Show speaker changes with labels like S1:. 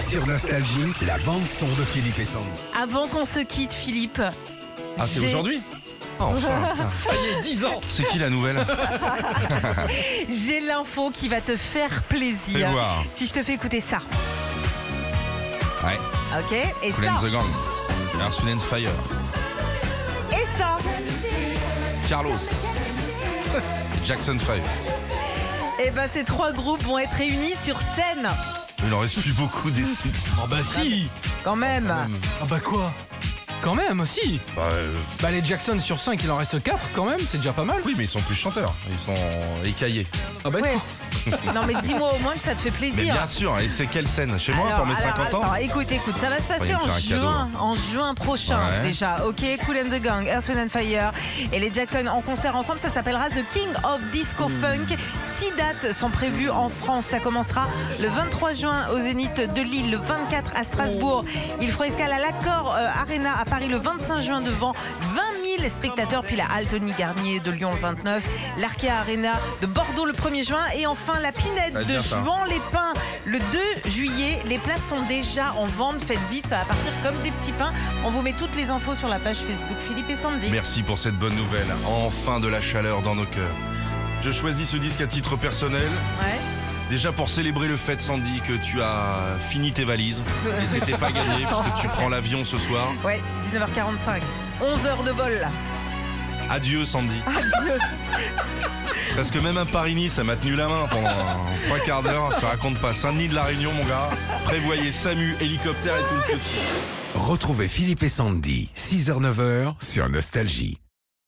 S1: Sur Nostalgie, la bande son de Philippe et Sandy.
S2: Avant qu'on se quitte, Philippe.
S3: Ah, c'est
S2: j'ai-
S3: aujourd'hui
S1: Enfin,
S3: Ça y est, 10 ans
S1: c'est qui la nouvelle
S2: J'ai l'info qui va te faire
S3: Fais
S2: plaisir.
S3: voir.
S2: Si je te fais écouter ça.
S3: Ouais,
S2: Ok Et
S3: Cool
S2: ça.
S3: and the Gang. Earth, Wind and Fire.
S2: Et ça.
S3: Carlos. Jackson 5.
S2: Et ben ces trois groupes vont être réunis sur scène.
S3: Il en reste plus beaucoup des sites.
S4: Ah bah si
S2: Quand même.
S4: Ah bah quoi Quand même, si
S3: Bah, euh,
S4: Bah les Jackson sur 5, il en reste 4 quand même, c'est déjà pas mal.
S3: oui, mais ils sont plus chanteurs. Ils sont écaillés.
S4: Ah bah
S2: Ouais.
S4: non.
S2: non mais dis-moi au moins que ça te fait
S3: Mais
S2: plaisir.
S3: bien sûr, et c'est quelle scène Chez moi
S2: Alors,
S3: pour mes
S2: alors,
S3: 50 ans
S2: attends, écoute, écoute, ça va se
S3: Faut y
S2: passer
S3: me
S2: en
S3: faire un cadeau.
S2: juin, en juin prochain
S3: Ouais.
S2: déjà. Ok, Cool and the Gang, Earth, Wind and Fire et les Jackson en concert ensemble. Ça s'appellera The King of Disco
S3: Hmm.
S2: Funk. Six dates sont prévues en France. Ça commencera le 23 juin au Zénith de Lille, le 24 à Strasbourg. Ils feront escale à l'Accor euh, Arena à Paris le 25 juin devant 20 000 spectateurs. Puis la Halle Tony Garnier de Lyon le 29, l'Arkea Arena de Bordeaux le 1er juin et enfin la Pinette
S3: Ah,
S2: de
S3: bien ça.
S2: Juan les Pins le 2 juillet. Les places sont déjà en vente. Faites vite, ça va partir comme des petits pains. On vous met toutes les infos sur la page Facebook Philippe et Sandy.
S3: Merci pour cette bonne nouvelle. Enfin de la chaleur dans nos cœurs. Je choisis ce disque à titre personnel.
S2: Ouais.
S3: Déjà pour célébrer le fait, Sandy, que tu as fini tes valises. Et c'était pas gagné, puisque tu prends l'avion ce soir.
S2: Ouais, 19h45. 11 heures de vol.
S3: Adieu, Sandy.
S2: Adieu.
S3: Parce que même un Paris-Nice, ça m'a tenu la main pendant un- trois quarts d'heure. Je te raconte pas. Saint-Denis de la Réunion, mon gars. Prévoyez SAMU, hélicoptère et tout le petit.
S1: Retrouvez Philippe et Sandy, 6h-9h sur Nostalgie.